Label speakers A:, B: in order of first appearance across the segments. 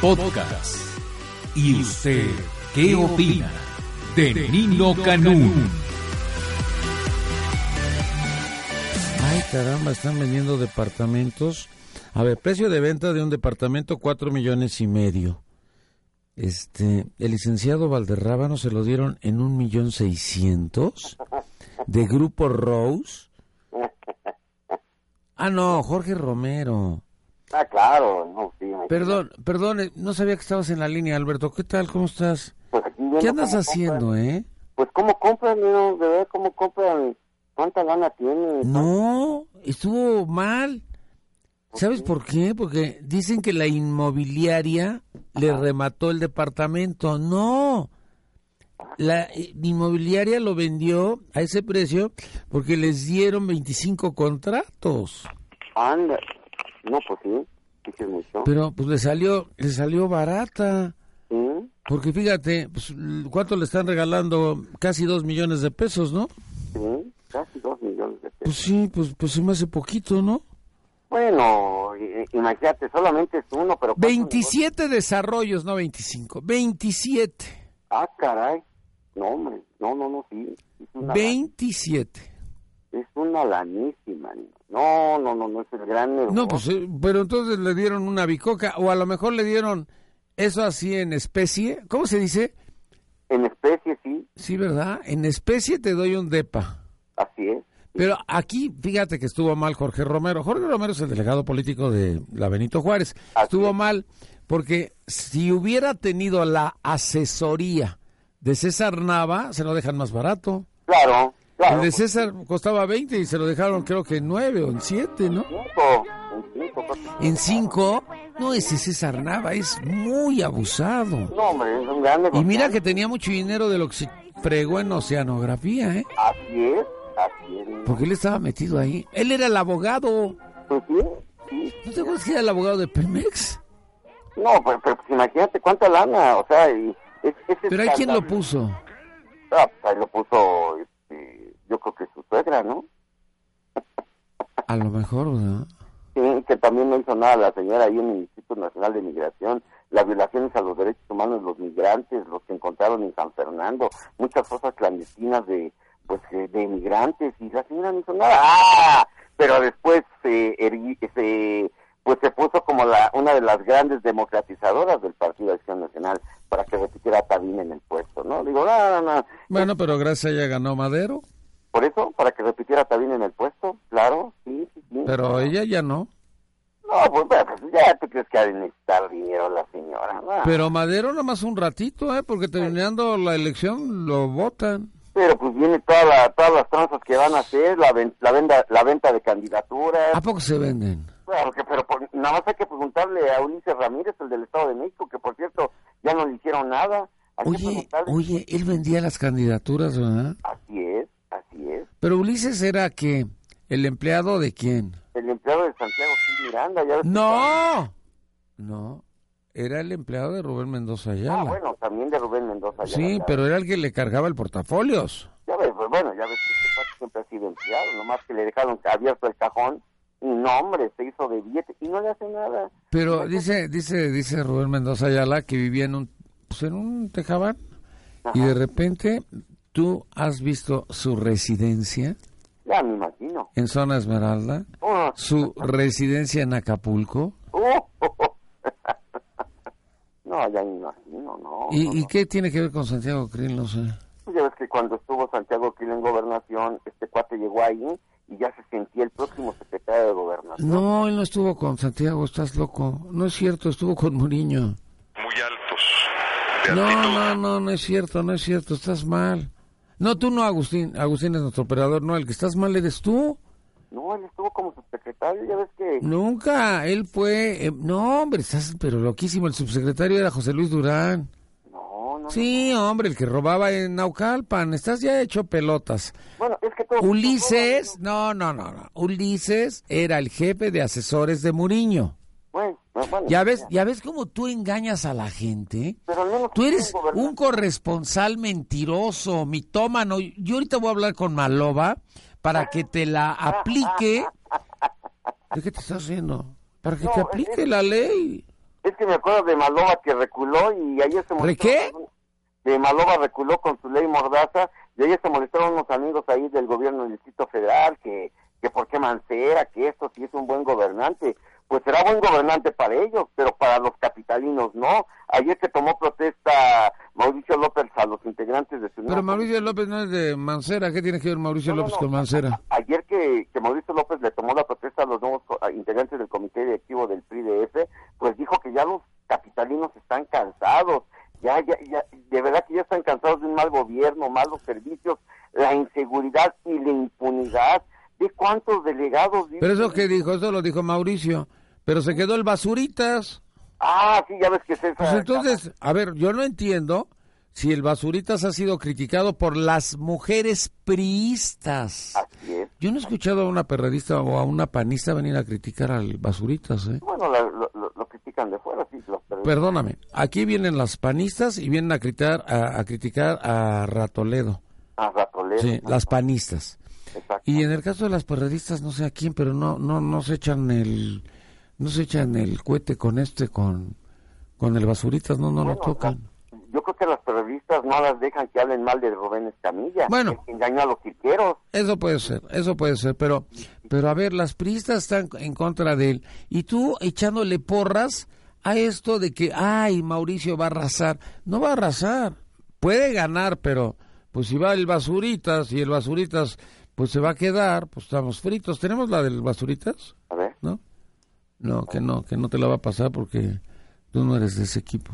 A: Podcast. ¿Y usted qué opina de Nino Canún?
B: Ay, caramba, están vendiendo departamentos. A ver, precio de venta de un departamento, cuatro millones y medio. Este, el licenciado Valderrábano se lo dieron en un millón seiscientos de Grupo Rose. Ah, no, Jorge Romero.
C: Ah, claro, no, sí. me-
B: Perdón, perdón, eh, no sabía que estabas en la línea, Alberto. ¿Qué tal? ¿Cómo estás?
C: Pues aquí viendo
B: ¿Qué andas
C: cómo
B: haciendo,
C: compran.
B: eh?
C: Pues cómo compran, no, de ver cómo compran, cuánta lana tienen.
B: Mm. No, estuvo mal. ¿Sabes por qué? Porque dicen que la inmobiliaria le remató el departamento. No. La eh, inmobiliaria lo vendió a ese precio porque les dieron 25 contratos.
C: Anda. No, pues sí. Sí, se me hizo.
B: Pero pues le salió le salió barata.
C: Sí.
B: Porque fíjate, pues, l- ¿cuánto le están regalando? Casi 2 millones de pesos, ¿no?
C: Sí, casi dos millones de pesos.
B: Pues sí, pues, pues se me hace poquito, ¿no?
C: Bueno, i- imagínate, solamente es uno, pero... ¿cuántos
B: 27 desarrollos, no 25. 27.
C: negocios? Ah, caray. No, hombre, no, no, no, sí. Es una,
B: 27.
C: lan- es una lanísima. niño. No, no, no, no, es el gran negocio.
B: No, pues, eh, pero entonces le dieron una bicoca, o a lo mejor le dieron eso así en especie. ¿Cómo se dice?
C: En especie, sí,
B: Sí, ¿verdad? En especie te doy un depa.
C: así es.
B: Pero aquí, fíjate que estuvo mal Jorge Romero. Jorge Romero es el delegado político de la Benito Juárez.
C: Así
B: estuvo
C: es.
B: mal porque si hubiera tenido la asesoría de César Nava, se lo dejan más barato.
C: Claro, claro.
B: El de
C: pues,
B: César costaba 20 y se lo dejaron creo que en 9 o en 7, ¿no?
C: cinco, en cinco, casi.
B: En 5, no, ese César Nava es muy abusado.
C: No, hombre, es un gran negocio.
B: Y mira que tenía mucho dinero de lo que se fregó en oceanografía, ¿eh?
C: Así es, así es. niño.
B: Porque él estaba metido ahí. Él era el abogado.
C: Pues sí, sí.
B: ¿No te acuerdas que era el abogado de Pemex?
C: No, pero, pero, pues, imagínate cuánta lana, o sea, y es, es
B: Pero ahí quién lo
C: escándalo.
B: puso.
C: Ah, pues, ahí lo puso, este, yo creo que su suegra, ¿no?
B: A lo mejor, ¿verdad?
C: Sí, que también no hizo nada la señora ahí en el Instituto Nacional de Migración, las violaciones a los derechos humanos de los migrantes, los que encontraron en San Fernando, muchas cosas clandestinas de pues eh, de migrantes y la señora no hizo nada. ¡Ah! Pero después se, ergui- se pues se puso como la una de las grandes democratizadoras del Partido de Acción Nacional para que repitiera a Tabín en el puesto, ¿no? Digo, no, no, no.
B: Bueno, pero gracias a ella ganó Madero.
C: Por eso, para que repitiera a Tabín en el puesto, claro, sí, sí, sí.
B: Pero ella ya no.
C: No, pues, bueno, pues, ya tú crees que ha de necesitar dinero la señora. ¿no?
B: Pero Madero nomás un ratito, ¿eh? Porque terminando la elección lo votan.
C: Pero, pues viene toda la- todas las tranzas que van a hacer, la, ven- la, venda, la venta de candidaturas.
B: ¿A poco se venden?
C: Claro que- pero por- nada más hay que preguntarle a Ulises Ramírez, el del Estado de México, que por cierto ya no le hicieron nada. Hay que
B: Oye,
C: preguntarle.
B: oye, él vendía las candidaturas, ¿verdad?
C: Así es, así es.
B: Pero Ulises era que el empleado de quién?
C: El empleado de Santiago Gil Miranda, ya ves que está-
B: No, no, era el empleado de Rubén Mendoza Ayala.
C: Ah, bueno, también de Rubén Mendoza. ya
B: sí,
C: la-
B: pero era el que le cargaba el portafolios.
C: Ya ves, pues, bueno, ya ves que este cuate siempre ha sido empleado, nomás que le dejaron abierto el cajón y no, hombre, se hizo de billete y no le hace nada.
B: Pero dice, dice, dice Rubén Mendoza Ayala que vivía en un, pues, en un tejabán y de repente tú has visto su residencia
C: Ya me imagino.
B: en zona Esmeralda,
C: Oh,
B: su residencia en Acapulco.
C: oh, oh, oh. no, ya me imagino, no. no,
B: ¿Y, y
C: no.
B: qué tiene que ver con Santiago Krill? No sé.
C: Ya ves que cuando estuvo Santiago Krill en gobernación, este cuate llegó ahí y ya se sentía el próximo secretario de gobernación.
B: No, él no estuvo con Santiago, estás loco. No es cierto, estuvo con Muriño.
D: muy altos de
B: No,
D: altitud.
B: no, no, no es cierto, no es cierto, estás mal. No, tú no, Agustín. Agustín es nuestro operador, no, el que estás mal eres tú.
C: No, él estuvo como subsecretario, ya ves que...
B: Nunca, él fue... eh, no, hombre, estás pero loquísimo. El subsecretario era José Luis Durán.
C: No, no.
B: Sí, hombre, el que robaba en Naucalpan. Estás ya hecho pelotas.
C: Bueno, es que todo...
B: Ulises, no, no, no, no. Ulises era el jefe de asesores de Muriño.
C: Bueno, bueno,
B: ¿Ya ves, ya ves cómo tú engañas a la gente?
C: Pero al menos
B: Tú
C: estuvo en
B: eres un
C: gobernación.
B: corresponsal mentiroso, mitómano. Yo ahorita voy a hablar con Maloba para que te la aplique. ¿De qué te estás haciendo? Para que
C: No,
B: te
C: es-
B: aplique la ley.
C: Es que me acuerdo de Maloba que reculó y ayer se
B: ¿De qué?
C: De Maloba reculó con su ley mordaza y ayer se molestaron unos amigos ahí del gobierno del Distrito Federal que, que por qué Mancera, que esto sí es un buen gobernante. Pues será buen gobernante para ellos, pero para los capitalinos no. Ayer que tomó protesta Mauricio López a los integrantes de su
B: Pero Mauricio López no es de Mancera. ¿Qué tiene que ver Mauricio
C: No, no,
B: López
C: no.
B: con Mancera?
C: A- Ayer que, que Mauricio López le tomó la protesta a los nuevos co- a integrantes del comité directivo del PRI-DF, pues dijo que ya los capitalinos están cansados, ya, ya, ya, de verdad que ya están cansados de un mal gobierno, malos servicios, la inseguridad y la impunidad. ¿De cuántos delegados? dicen?
B: Pero eso que dijo, eso lo dijo Mauricio. Pero se quedó el basuritas.
C: Ah, sí, ya ves que es esa-
B: Pues entonces, a ver, yo no entiendo si el basuritas ha sido criticado por las mujeres priistas.
C: Así es.
B: Yo no he escuchado a una perredista o a una panista venir a criticar al basuritas, ¿eh?
C: Bueno, la- lo, lo- lo critican de fuera, sí, los periodistas.
B: Perdóname, aquí vienen las panistas y vienen a criticar a, a criticar a Ratoledo.
C: Ah, Ratolero.
B: Sí, las panistas.
C: Exacto.
B: Y en el caso de las perredistas no sé a quién, pero no no no se echan el no se echan el cohete con este con con el basuritas, no no lo
C: Bueno,
B: tocan.
C: la- yo creo que las periodistas no las dejan que hablen mal de Rubén Escamilla.
B: Bueno.
C: el que engañó a los cirqueros.
B: Eso puede ser, eso puede ser, pero pero a ver, las priistas están en contra de él y tú echándole porras a esto de que ay, Mauricio va a arrasar, no va a arrasar. Puede ganar, pero pues si va el basuritas y el basuritas pues se va a quedar, pues estamos fritos. ¿Tenemos la del basuritas?
C: A ver.
B: ¿no? No, que no, que no te la va a pasar porque tú no eres de ese equipo.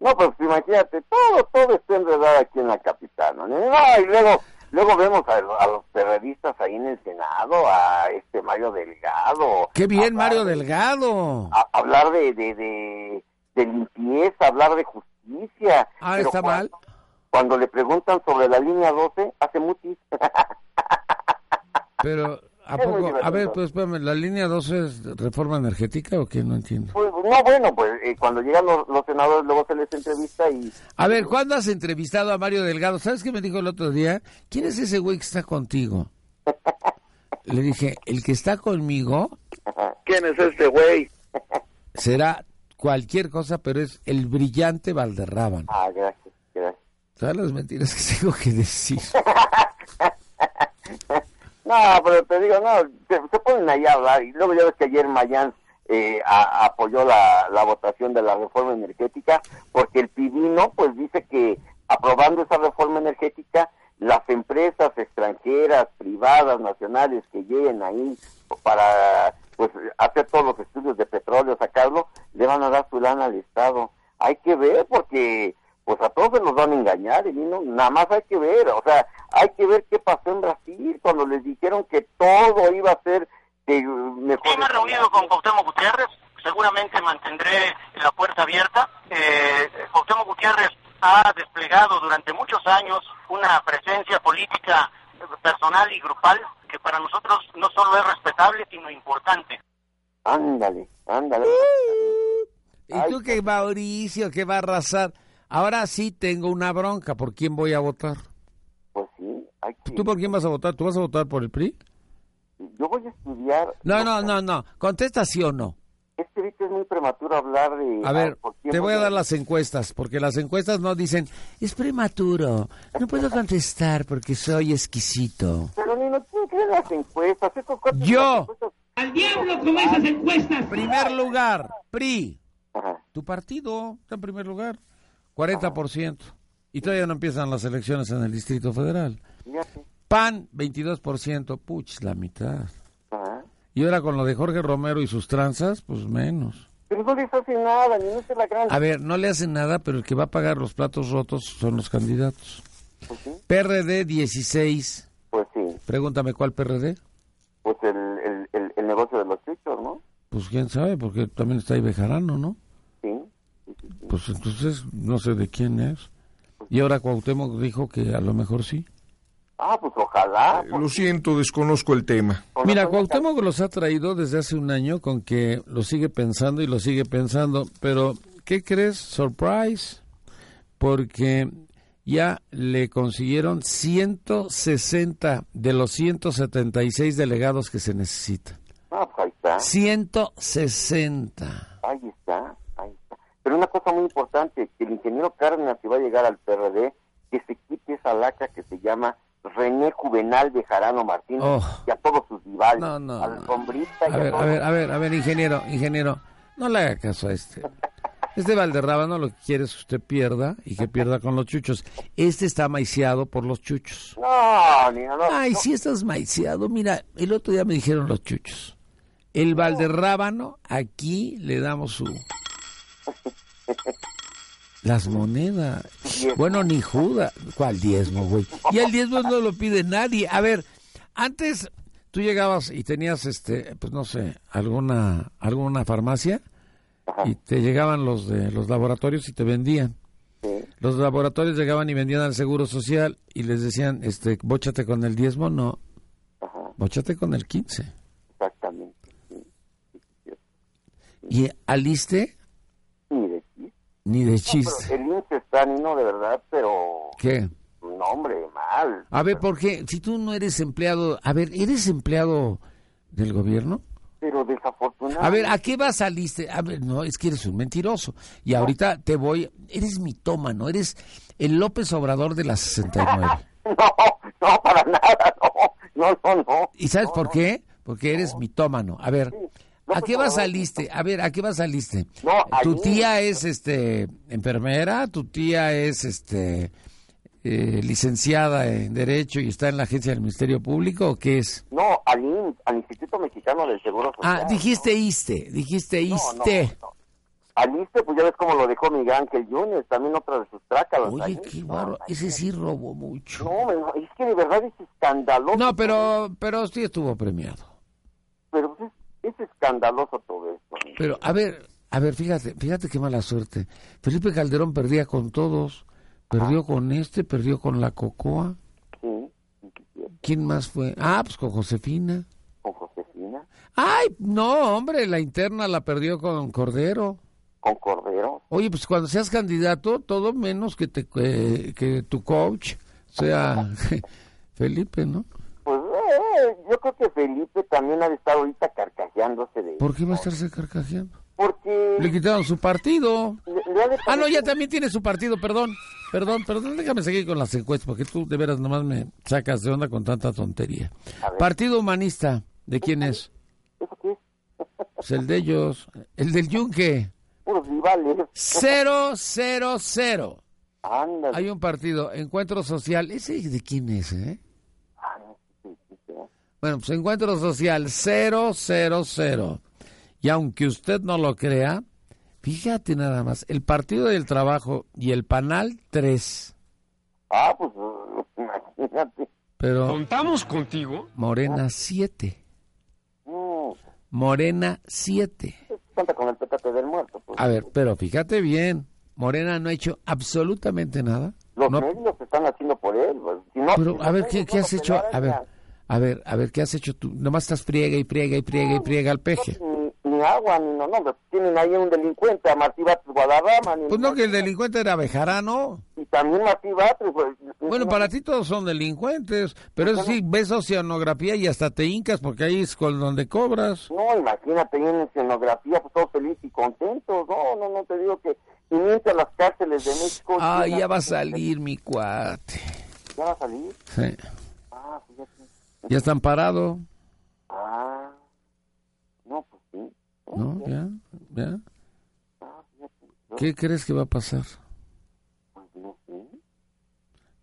C: No, pues imagínate, todo, todo está enredado aquí en la capital, ¿no? No, y luego, luego vemos a, a los periodistas ahí en el Senado, a este Mario Delgado.
B: ¡Qué bien,
C: Hablar-
B: Mario Delgado!
C: a- hablar de, de, de, de limpieza, hablar de justicia.
B: Ah,
C: Pero
B: está mal.
C: Cuando le preguntan sobre la línea 12, hace mutis.
B: Pero, ¿a
C: Es muy
B: poco? A ver,
C: divertido.
B: pues espérame, ¿la línea 12 es reforma energética o qué? No entiendo.
C: Pues, no, bueno, pues eh, cuando llegan los, los senadores luego se les entrevista y
B: A ver, ¿cuándo has entrevistado a Mario Delgado? ¿Sabes qué me dijo el otro día? ¿Quién es ese güey que está contigo? Le dije, el que está conmigo
E: ¿Quién es este güey?
B: será cualquier cosa, pero es el brillante Valderrábano.
C: ah, gracias, gracias.
B: ¿Sabes las mentiras que tengo que decir?
C: No, pero te digo, no, se, se ponen ahí a hablar y luego ya ves que ayer Mayán eh, a- apoyó la, la votación de la reforma energética porque el pibino pues dice que aprobando esa reforma energética las empresas extranjeras, privadas, nacionales que lleguen ahí para pues hacer todos los estudios de petróleo, sacarlo, le van a dar su lana al Estado. Hay que ver porque pues a todos se los van a engañar, y no, nada más hay que ver, o sea, hay que ver qué pasó en Brasil cuando les dijeron que todo iba a ser de mejor.
F: Sí, me he reunido con Cuauhtémoc Gutiérrez, seguramente mantendré la puerta abierta. Eh, Cuauhtémoc Gutiérrez ha desplegado durante muchos años una presencia política eh, personal y grupal que para nosotros no solo es respetable, sino importante.
C: Ándale, ándale.
B: Y tú que Mauricio, que va a arrasar. Ahora sí tengo una bronca. ¿Por quién voy a votar?
C: Pues sí, hay que...
B: ¿Tú por quién vas a votar? ¿Tú vas a votar por el PRI?
C: Yo voy a estudiar...
B: No, no, no, no. Contesta sí o no.
C: Es que ahorita es muy prematuro hablar de...
B: A ver,
C: por quién
B: te voy a dar
C: votar.
B: las encuestas, porque las encuestas no dicen, es prematuro, no puedo contestar porque soy exquisito.
C: Pero ni no tiene que ver las encuestas. estos cuates de
B: Yo.
C: las encuestas-
G: Al diablo con esas encuestas.
B: Primer lugar, PRI.
C: Ajá.
B: Tu partido está en primer lugar, 40%. Y todavía no empiezan las elecciones en el Distrito Federal.
C: Fíjate.
B: PAN, 22%. Puch, la mitad.
C: Ajá.
B: Y ahora con lo de Jorge Romero y sus tranzas, pues menos.
C: Pero no les hace nada, ni no se la gran...
B: A ver, no le hacen nada, pero el que va a pagar los platos rotos son los candidatos.
C: Pues sí,
B: PRD 16.
C: pues sí.
B: Pregúntame cuál PRD.
C: Pues el, el, el, el negocio de los chuchos, ¿no?
B: Pues quién sabe, porque también está ahí Bejarano, ¿no?
C: Sí.
B: Pues entonces no sé de quién es. Y ahora Cuauhtémoc dijo que a lo mejor sí.
C: Ah, pues ojalá. porque
H: Lo siento, desconozco el tema.
C: con
B: Eh, Mira,
C: la sola
B: Cuauhtémoc los ha traído desde hace un año con que lo sigue pensando y lo sigue pensando, pero ¿qué crees? Surprise, porque ya le consiguieron 160 de los 176 delegados que se necesitan.
C: Ah, pues ahí está. está.
B: 160.
C: Ahí está, ahí está. Pero una cosa muy importante, que el ingeniero Cárdenas que va a llegar al PRD, que se quite esa laca que se llama René Juvenal de Jarano Martínez
B: Oh.
C: y a todos sus rivales,
B: No, no,
C: al
B: no.
C: sombrista y
B: A
C: a
B: ver,
C: todos.
B: a ver, a ver, a ver, ingeniero, ingeniero, no le haga caso a este. Este Valderrábano lo que quiere es que usted pierda y que pierda con los chuchos. Este está maiciado por los chuchos.
C: No, ni no, no.
B: Ay, si estás maiciado. Mira, el otro día me dijeron los chuchos. El Valderrábano, aquí le damos su... Las monedas. Bueno, ni Judas. ¿Cuál diezmo, güey? Y el diezmo no lo pide nadie. A ver, antes tú llegabas y tenías, este, pues no sé, alguna, alguna farmacia y te llegaban los de los laboratorios y te vendían. Los laboratorios llegaban y vendían al Seguro Social y les decían, este, bóchate con el diezmo, no,
C: Ajá,
B: bóchate con el quince.
C: exactamente.
B: Y aliste
C: Ni de chiste.
B: ni de
C: Pero
B: chiste.
C: el INSE está, ni no, de verdad, pero
B: ¿Qué?
C: un hombre mal.
B: A ver, porque si tú no eres empleado, a ver, ¿eres empleado del gobierno?
C: Pero desafortunado.
B: A ver, ¿a qué vas aliste? A ver, no, es que eres un mentiroso. Y ahorita te voy, eres mitómano, eres el López Obrador de la 69.
C: No, no, para nada, no, no, no, no.
B: ¿Y sabes por qué? Porque eres mitómano. A ver, ¿a
C: López
B: qué vas
C: Obrador.
B: aliste? A ver, ¿a qué vas aliste?
C: No,
B: Tu
C: ahí-
B: tía es este enfermera, tu tía es este eh, licenciada en derecho y está en la agencia del Ministerio Público o qué es?
C: No, al INS, al Instituto Mexicano del Seguro Social.
B: Ah, dijiste iste, dijiste
C: No, no,
B: iste.
C: no. Al ISSSTE, pues ya ves cómo lo dejó Miguel Ángel Yunes, también otra de sus trácalas.
B: Oye,
C: ahí.
B: qué barro, ese sí robó mucho.
C: No, no, es que de verdad es escandaloso.
B: No, pero pero sí estuvo premiado.
C: Pero es, es escandaloso todo esto. amigo.
B: Pero a ver, a ver, fíjate, fíjate qué mala suerte. Felipe Calderón perdía con todos, perdió con este, perdió con la Cocoa.
C: Sí, sí, sí, sí,
B: ¿Quién más fue? Ah, pues con Josefina.
C: con Josefina,
B: Ay, no, hombre, la interna la perdió con Cordero.
C: con Cordero.
B: Oye, pues cuando seas candidato, todo menos que te eh, que tu coach sea Felipe, ¿no?
C: Pues eh, yo creo que Felipe también ha de estar ahorita carcajeándose de...
B: ¿Por qué va a estarse carcajeando?
C: Porque...
B: Le quitaron su partido.
C: le- le ha de
B: Ah, no, ya
C: parecer-
B: también tiene su partido, perdón. Perdón, perdón, déjame seguir con las encuestas, porque tú de veras nomás me sacas de onda con tanta tontería.
C: A ver.
B: Partido Humanista, ¿de quién es?
C: ¿Eso qué es?
B: Pues el de ellos, el del Yunque.
C: Puros rivales.
B: Cero, cero, cero.
C: Ándale.
B: Hay un partido, Encuentro Social. ¿Ese de quién es, eh?
C: Ah, no, sí, sí, sí, ¿eh?
B: Bueno, pues Encuentro Social, cero, cero, cero. Y aunque usted no lo crea, fíjate nada más, el Partido del Trabajo y el Panal, tres.
C: Ah, pues eh, imagínate.
B: Pero ¿Contamos contigo?
C: Ah.
B: Morena 7.
C: Mm,
B: Morena 7.
C: cuenta con el petate del muerto. Pues.
B: A ver, pero fíjate bien. Morena no ha hecho absolutamente nada.
C: Los
B: No,
C: medios están haciendo por él. pues. Si no, si
B: pero,
C: los
B: a ver,
C: medios
B: ¿qué,
C: no
B: qué
C: lo
B: has hecho? A ver,
C: pelaran,
B: a ver, a ver, ¿qué has hecho tú? Nomás estás friega y friega y friega y friega al peje.
C: Ni, ni agua, ni no, no. pues, Tienen ahí un delincuente, a Martí Batres Guadarrama. ni-
B: Pues no, que el delincuente era Bejarano.
C: Y también Martí Batres. pues,
B: Bueno,
C: no,
B: para ti todos son delincuentes, pero eso sí, ves oceanografía y hasta te hincas porque ahí es con donde cobras.
C: No, imagínate, ahí en escenografía, pues todos felices y contentos. No, no, no, te digo que... Y mientras las cárceles de México...
B: Ah,
C: llenan-
B: ya va a salir mi cuate.
C: ¿Ya va a salir?
B: Sí.
C: Ah, fíjate.
B: Ya están parados.
C: Ah. No, pues sí.
B: ¿No? ¿Ya? ¿Ya?
C: Ah, fíjate. No,
B: ¿Qué crees que va a pasar?
C: pues no sé.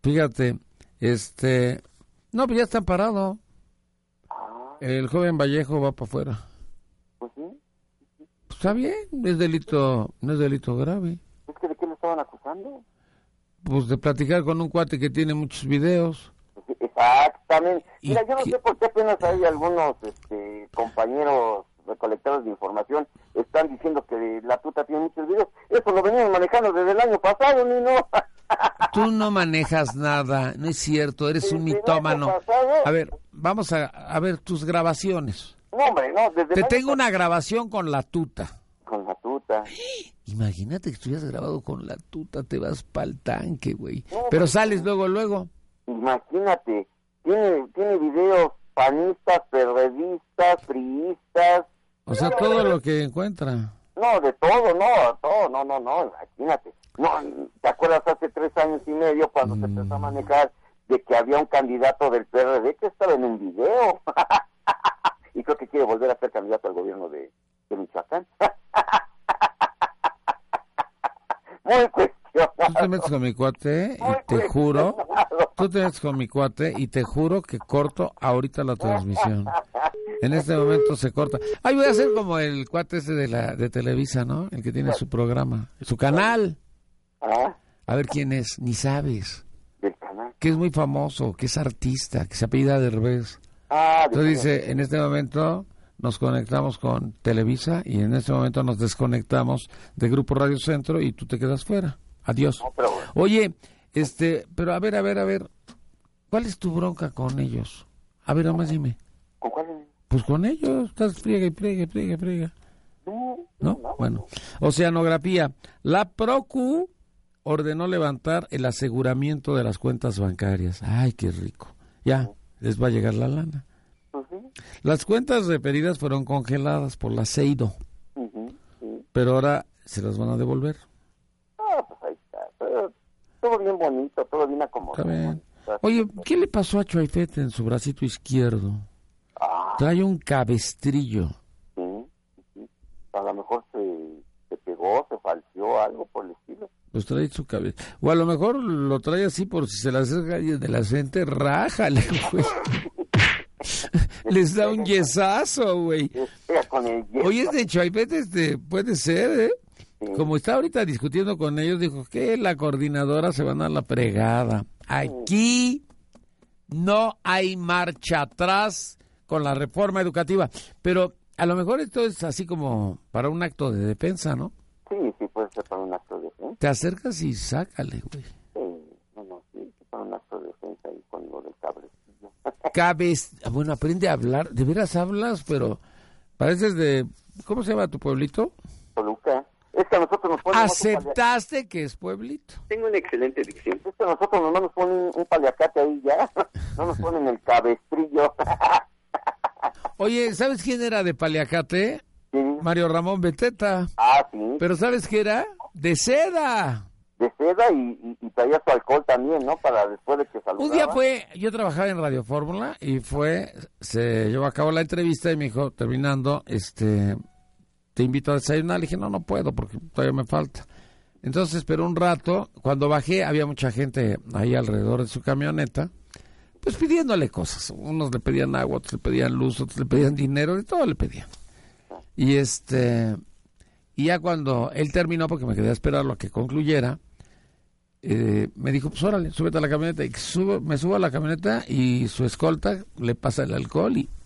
B: Fíjate, este... No, pues ya están parados.
C: Ah,
B: El joven Vallejo va para afuera.
C: pues sí.
B: Pues está bien, es delito, no es delito grave.
C: ¿Es que de qué lo estaban acusando?
B: Pues de platicar con un cuate que tiene muchos videos.
C: Pues, Exactamente.
B: ¿Y
C: Mira, yo no
B: qué?
C: sé por qué apenas hay algunos este, compañeros recolectores de información están diciendo que la tuta tiene muchos videos. Eso lo venían manejando desde el año pasado, ni no.
B: Tú no manejas nada, no es cierto, eres un
C: Desde el año
B: mitómano.
C: pasado.
B: A ver, vamos a, a ver tus grabaciones.
C: No, hombre, no. Desde el
B: Te
C: año
B: tengo
C: pasado.
B: una grabación con la tuta.
C: Con la tuta.
B: Imagínate que estuvieras grabado con la tuta, te vas pa'l tanque, güey.
C: No,
B: Pero
C: pues,
B: sales luego, luego.
C: Imagínate. Tiene, tiene videos panistas, perredistas, priistas,
B: O sea, todo lo que encuentra.
C: No, de todo, no, todo, no, no, no, imagínate. No, ¿te acuerdas hace tres años y medio cuando se
B: Mm.
C: empezó a manejar de que había un candidato del PRD que estaba en un video? y creo que quiere volver a ser candidato al gobierno de, de Michoacán. Muy
B: Tú te
C: cuestionado.
B: metes con mi cuate y te juro, tú te metes con mi cuate y te juro que corto ahorita la transmisión. En este momento se corta. Ay, voy a ser como el cuate ese de la de Televisa, ¿no? El que tiene su programa, su canal.
C: Ah,
B: A ver quién es, ni sabes.
C: del canal.
B: Que es muy famoso, que es artista, que se apellida Derbez.
C: Ah, del
B: Entonces dice, en este momento nos conectamos con Televisa y en este momento nos desconectamos de Grupo Radio Centro y tú te quedas fuera. Adiós.
C: No, pero bueno.
B: Oye, este, pero a ver, a ver, a ver, ¿cuál es tu bronca con ellos? A ver, nomás dime.
C: ¿Con cuál?
B: Pues con ellos, estás friega y friega y friega y friega.
C: No,
B: ¿No? Bueno. Oceanografía. La Procu ordenó levantar el aseguramiento de las cuentas bancarias. Ay, qué rico. Ya, les va a llegar la lana.
C: pues sí.
B: Las cuentas repetidas fueron congeladas por la CEIDO,
C: ujú, sí.
B: pero ahora se las van a devolver.
C: Ah, pues ahí está. Todo, todo bien bonito, todo bien acomodado.
B: Está bien. Oye, ¿qué le pasó a Choifet en su bracito izquierdo?
C: Ah,
B: Trae un cabestrillo.
C: sí, sí. A lo mejor se, se pegó, se falció algo por el estilo.
B: Pues trae su cabeza. O a lo mejor lo trae así por si se la acerca alguien de la gente, rájale, güey. Les da un yesazo, güey.
C: Eh, pega con el yeso.
B: Oye, este Chaipet, este, puede ser, ¿eh? Como está ahorita discutiendo con ellos, dijo que la coordinadora se van a la fregada. Aquí no hay marcha atrás con la reforma educativa. Pero a lo mejor esto es así como para un acto de defensa, ¿no?
C: Sí, sí, puede ser para un acto de defensa.
B: Te acercas y sácale, güey.
C: Sí, no, no, sí, sí, para un acto de defensa y con lo del cablecillo.
B: cabes bueno aprende a hablar de veras hablas pero pareces de cómo se llama tu pueblito
C: Toluca. Es que a nosotros nos ponen. más un palia-
B: aceptaste que es pueblito
E: Tengo una excelente dicción.
C: Es que a nosotros nomás nos ponen un paliacate ahí ya. No nos ponen el cabestrillo.
B: oye sabes quién era de Paliacate
C: Sí.
B: Mario Ramón Beteta
C: Ah, sí.
B: pero sabes qué era de seda
C: de seda y, y, y traía su alcohol también, ¿no? Para después de que saludaba.
B: un día fue yo trabajaba en Radio Fórmula y fue se llevó a cabo la entrevista y me dijo terminando este te invito a desayunar. Le dije, no, no puedo porque todavía me falta. Entonces esperé un rato. Cuando bajé, había mucha gente ahí alrededor de su camioneta, pues pidiéndole cosas. Unos le pedían agua, otros le pedían luz, otros le pedían dinero, de todo le pedían. Y este, y ya cuando él terminó, porque me quedé a esperarlo a que concluyera, eh, me dijo, pues órale, súbete a la camioneta. Y que subo- me subo a la camioneta y su escolta le pasa el alcohol y...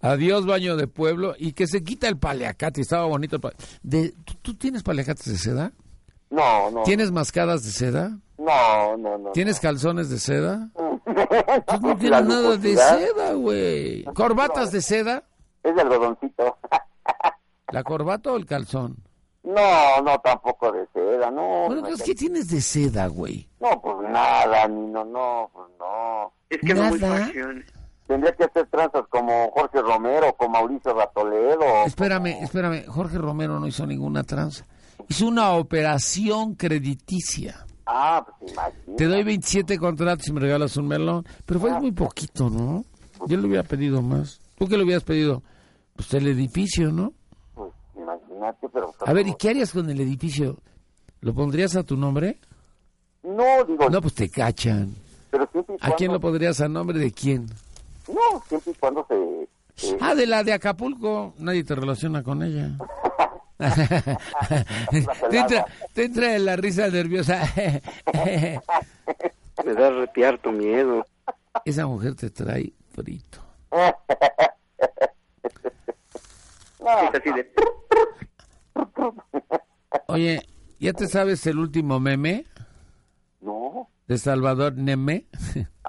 B: Adiós, baño de pueblo. Y que se quita el paleacate. Estaba bonito el pale- de, ¿tú, tú tienes paleacates de seda?
C: No, no.
B: ¿Tienes mascadas de seda?
C: No, no, no.
B: ¿Tienes calzones de seda? Tú no
C: La
B: tienes nada de
C: lujosidad
B: seda, güey. ¿Corbatas de seda?
C: Es de algodoncito.
B: ¿La corbata o el calzón?
C: No, no, tampoco de seda, no.
B: Bueno,
C: no,
B: entonces,
C: no.
B: ¿qué tienes de seda, güey?
C: No, pues nada, ni no, no, pues no.
E: Es que no muy
B: Nada.
E: fashion.
C: Tendría que hacer tranzas como Jorge Romero, como Mauricio Ratoledo.
B: Espérame, espérame. Jorge Romero no hizo ninguna tranza. Hizo una operación crediticia.
C: Ah, pues imagínate.
B: Te doy 27 contratos y me regalas un melón. Pero fue muy poquito, ¿no? Yo le hubiera pedido más. ¿Tú qué le hubieras pedido? Pues el edificio, ¿no?
C: Pues imagínate, pero... pues,
B: A ver, ¿y qué harías con el edificio? ¿Lo pondrías a tu nombre?
C: No, digo,
B: No, pues te cachan.
C: pero siempre y
B: ¿A
C: cuando...
B: quién lo pondrías a nombre de quién?
C: No, siempre y cuando se... se-
B: Ah, de la de Acapulco. Nadie te relaciona con ella. te, entra, te entra la risa nerviosa.
E: Me da retierto miedo.
B: Esa mujer te trae frito.
E: Es así de...
B: Oye, ¿ya te sabes el último meme
C: No.
B: de Salvador Neme?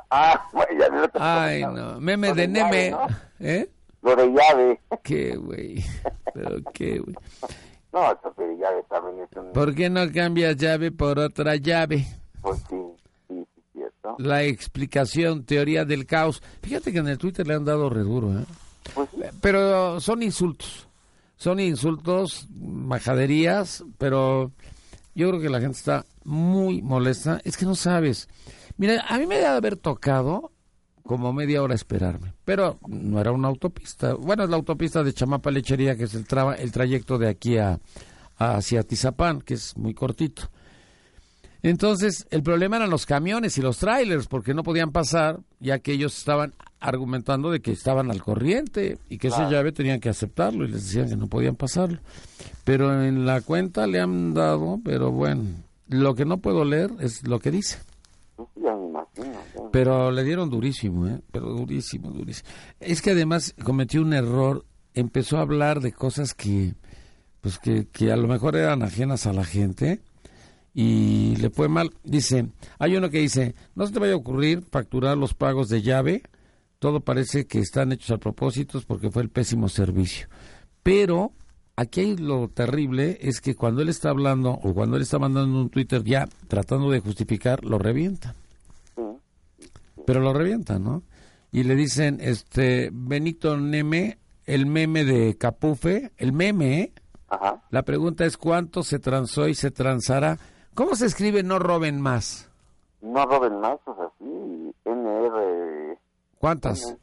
C: Ah, bueno, ya no te-
B: Ay, no. Meme
C: Lo
B: de
C: de llave,
B: Neme.
C: ¿no?
B: ¿Eh?
C: Lo de llave.
B: ¿Qué, güey? Pero qué, güey.
C: No, eso de llave también es un...
B: ¿Por qué no cambias llave por otra llave?
C: Pues sí, sí, sí, cierto.
B: La explicación, teoría del caos. Fíjate que en el Twitter le han dado re duro, ¿eh?
C: Pues
B: pero son insultos. Son insultos, majaderías, pero yo creo que la gente está muy molesta. Es que no sabes. Mira, a mí me debe haber tocado como media hora esperarme, pero no era una autopista. Bueno, es la autopista de Chamapa Lechería, que es el, traba- el trayecto de aquí a, a- hacia Atizapán, que es muy cortito. Entonces, el problema eran los camiones y los trailers, porque no podían pasar, ya que ellos estaban argumentando de que estaban al corriente y que esa llave tenían que aceptarlo y les decían que no podían pasarlo. Pero en la cuenta le han dado, pero bueno, lo que no puedo leer es lo que dice.
C: Sí, ya me imagino. ya.
B: Pero le dieron durísimo, ¿eh? Pero durísimo, durísimo. Es que además cometió un error, empezó a hablar de cosas que, pues que, que a lo mejor eran ajenas a la gente y le fue mal. Dice, hay uno que dice, no se te vaya a ocurrir facturar los pagos de llave, todo parece que están hechos a propósitos porque fue el pésimo servicio. Pero aquí hay lo terrible es que cuando él está hablando o cuando él está mandando un Twitter ya tratando de justificar, lo revienta pero lo revientan, ¿no? Y le dicen, este, Benito Neme, el meme de Capufe, el meme, ¿eh?
C: Ajá.
B: La pregunta es cuánto se transó y se transará. ¿Cómo se escribe no roben más?
C: No roben más, o sea, sí, NR,
B: ¿Cuántas?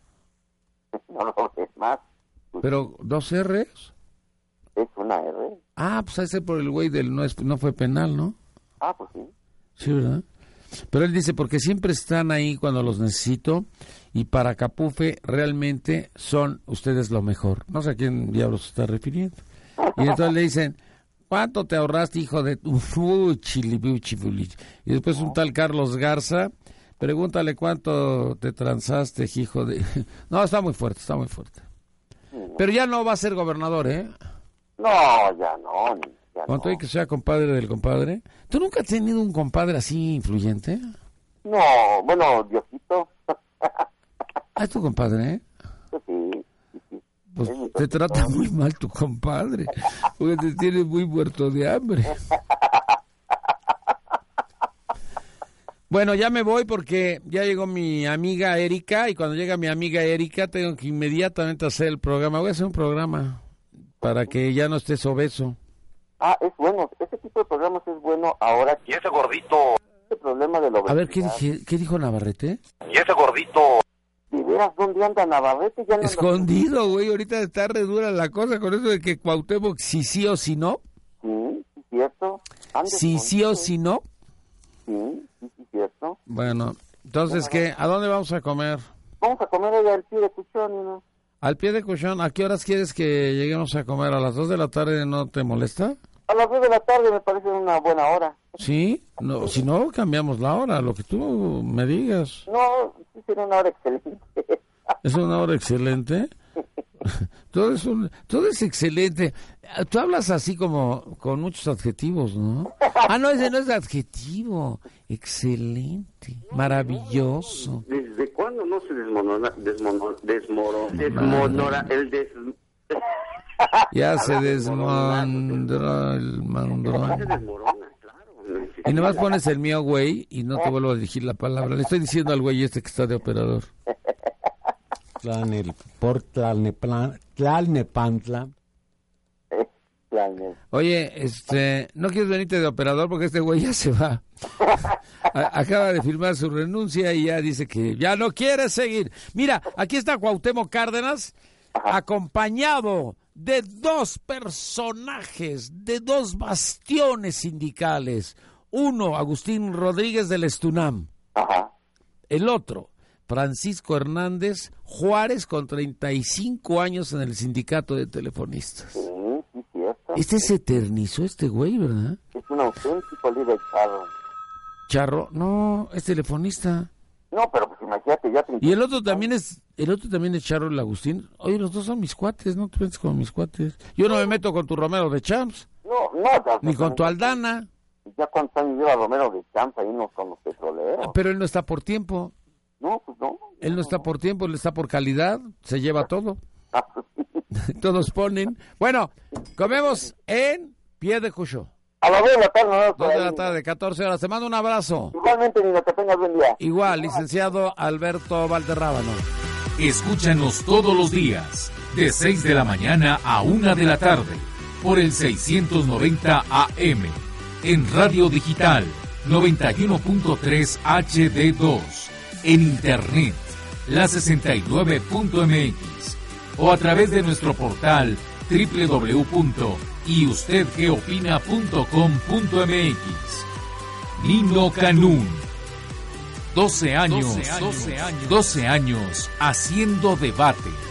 C: no roben más,
B: ¿Pero dos R's?
C: es una R.
B: Ah, pues ese por el güey del no, es, no fue penal, ¿no?
C: Ah, pues sí.
B: Sí, ¿verdad? Pero él dice, porque siempre están ahí cuando los necesito y para Capufe realmente son ustedes lo mejor. No sé a quién diablos se está refiriendo. Y entonces le dicen, ¿cuánto te ahorraste, hijo de tu Uy, chilibuchi, bulichi. Y después un tal Carlos Garza, pregúntale cuánto te transaste, hijo de... No, está muy fuerte, está muy fuerte. Pero ya no va a ser gobernador, ¿eh?
C: No, ya no, ni- ya
B: Cuanto
C: no.
B: hay que sea compadre del compadre. ¿Tú nunca has tenido un compadre así influyente?
C: No, bueno, Diosito,
B: Ah, es tu compadre, ¿eh?
C: pues sí, sí, sí.
B: Pues te trata muy mal tu compadre, porque te tiene muy muerto de hambre. Bueno, ya me voy porque ya llegó mi amiga Erika y cuando llega mi amiga Erika tengo que inmediatamente hacer el programa. Voy a hacer un programa para que ya no estés obeso.
C: Ah, es bueno, ese tipo de programas es bueno ahora.
D: Y ese gordito,
C: Este problema de la obesidad.
B: A ver, ¿qué, dije- qué dijo Navarrete?
D: y ese gordito,
C: ¿De veras dónde anda Navarrete? Ya no anda-
B: Escondido, güey. Ahorita está re dura la cosa con eso de que Cuauhtémoc si sí o si no.
C: Sí, sí, cierto. Anda
B: Si sí
C: escondido.
B: o si no.
C: Sí, sí, sí, cierto.
B: Bueno, entonces, ¿qué? ¿A dónde vamos a comer?
C: Vamos a comer allá el pie de cuchón, ¿no?
B: Al pie de colchón, ¿a qué horas quieres que lleguemos a comer? ¿A las 2 de la tarde no te molesta?
C: A las 2 de la tarde me parece una buena hora.
B: Sí, no, si no, cambiamos la hora, lo que tú me digas.
C: No, sí sería una hora excelente.
B: Es una hora excelente. Todo es, un, todo es excelente. Ah, Tú hablas así como con muchos adjetivos, ¿no? Ah, no, ese no es adjetivo. Excelente, maravilloso.
E: ¿Desde cuándo no se desmonona, desmono, desmoro, desmonora el des...
B: Ya se desmondró el
E: pues, Se
B: mandrón.
E: desmorona, claro.
B: Y nomás pones el mío, güey, y no te vuelvo a dirigir la palabra. Le estoy diciendo al güey este que está de operador.
I: Tlanel, por Tlalneplan- Tlalnepantla.
C: Planes.
B: Oye, este, no quieres venirte de operador porque este güey ya se va. A- acaba de firmar su renuncia y ya dice que ya no quiere seguir. Mira, aquí está Cuauhtémoc Cárdenas acompañado de dos personajes, de dos bastiones sindicales. Uno, Agustín Rodríguez del Estunam.
C: Ajá.
B: El otro, Francisco Hernández Juárez, con 35 años en el sindicato de telefonistas.
C: Sí, sí, cierto.
B: Este se eternizó, este güey, ¿verdad?
C: Es un auténtico líder charro.
B: Charro, no, es telefonista.
C: No, pero pues imagínate, ya te
B: Y el otro también es, el otro también es Charro el Agustín. Oye, los dos son mis cuates, no te metes con mis cuates. Yo no me meto con tu Romero de Champs,
C: No, no, ya-
B: ni con tu Aldana,
C: Ya cuántos años lleva Romero de Champa ahí no con los petroleros.
B: pero él no está por tiempo.
C: No, pues no.
B: Él no está por tiempo, él está por calidad, se lleva todo.
C: Ah, pues,
B: Todos ponen. Bueno, comemos en pie de cucho.
C: A las 2 de la tarde, ¿no? Por
B: Dos de
C: ahí.
B: la tarde, 14 horas. Te mando un abrazo.
C: Igualmente, ni que tengas buen día.
B: Igual, licenciado Alberto Valderrábano.
A: Escúchanos todos los días de 6 de la mañana a 1 de la tarde, por el 690 AM, en Radio Digital 91.3 HD2, en Internet, la 69.mx, o a través de nuestro portal www.yustedgeopina.com.mx. Nino Canún. 12 años, 12 años, 12 años haciendo debate.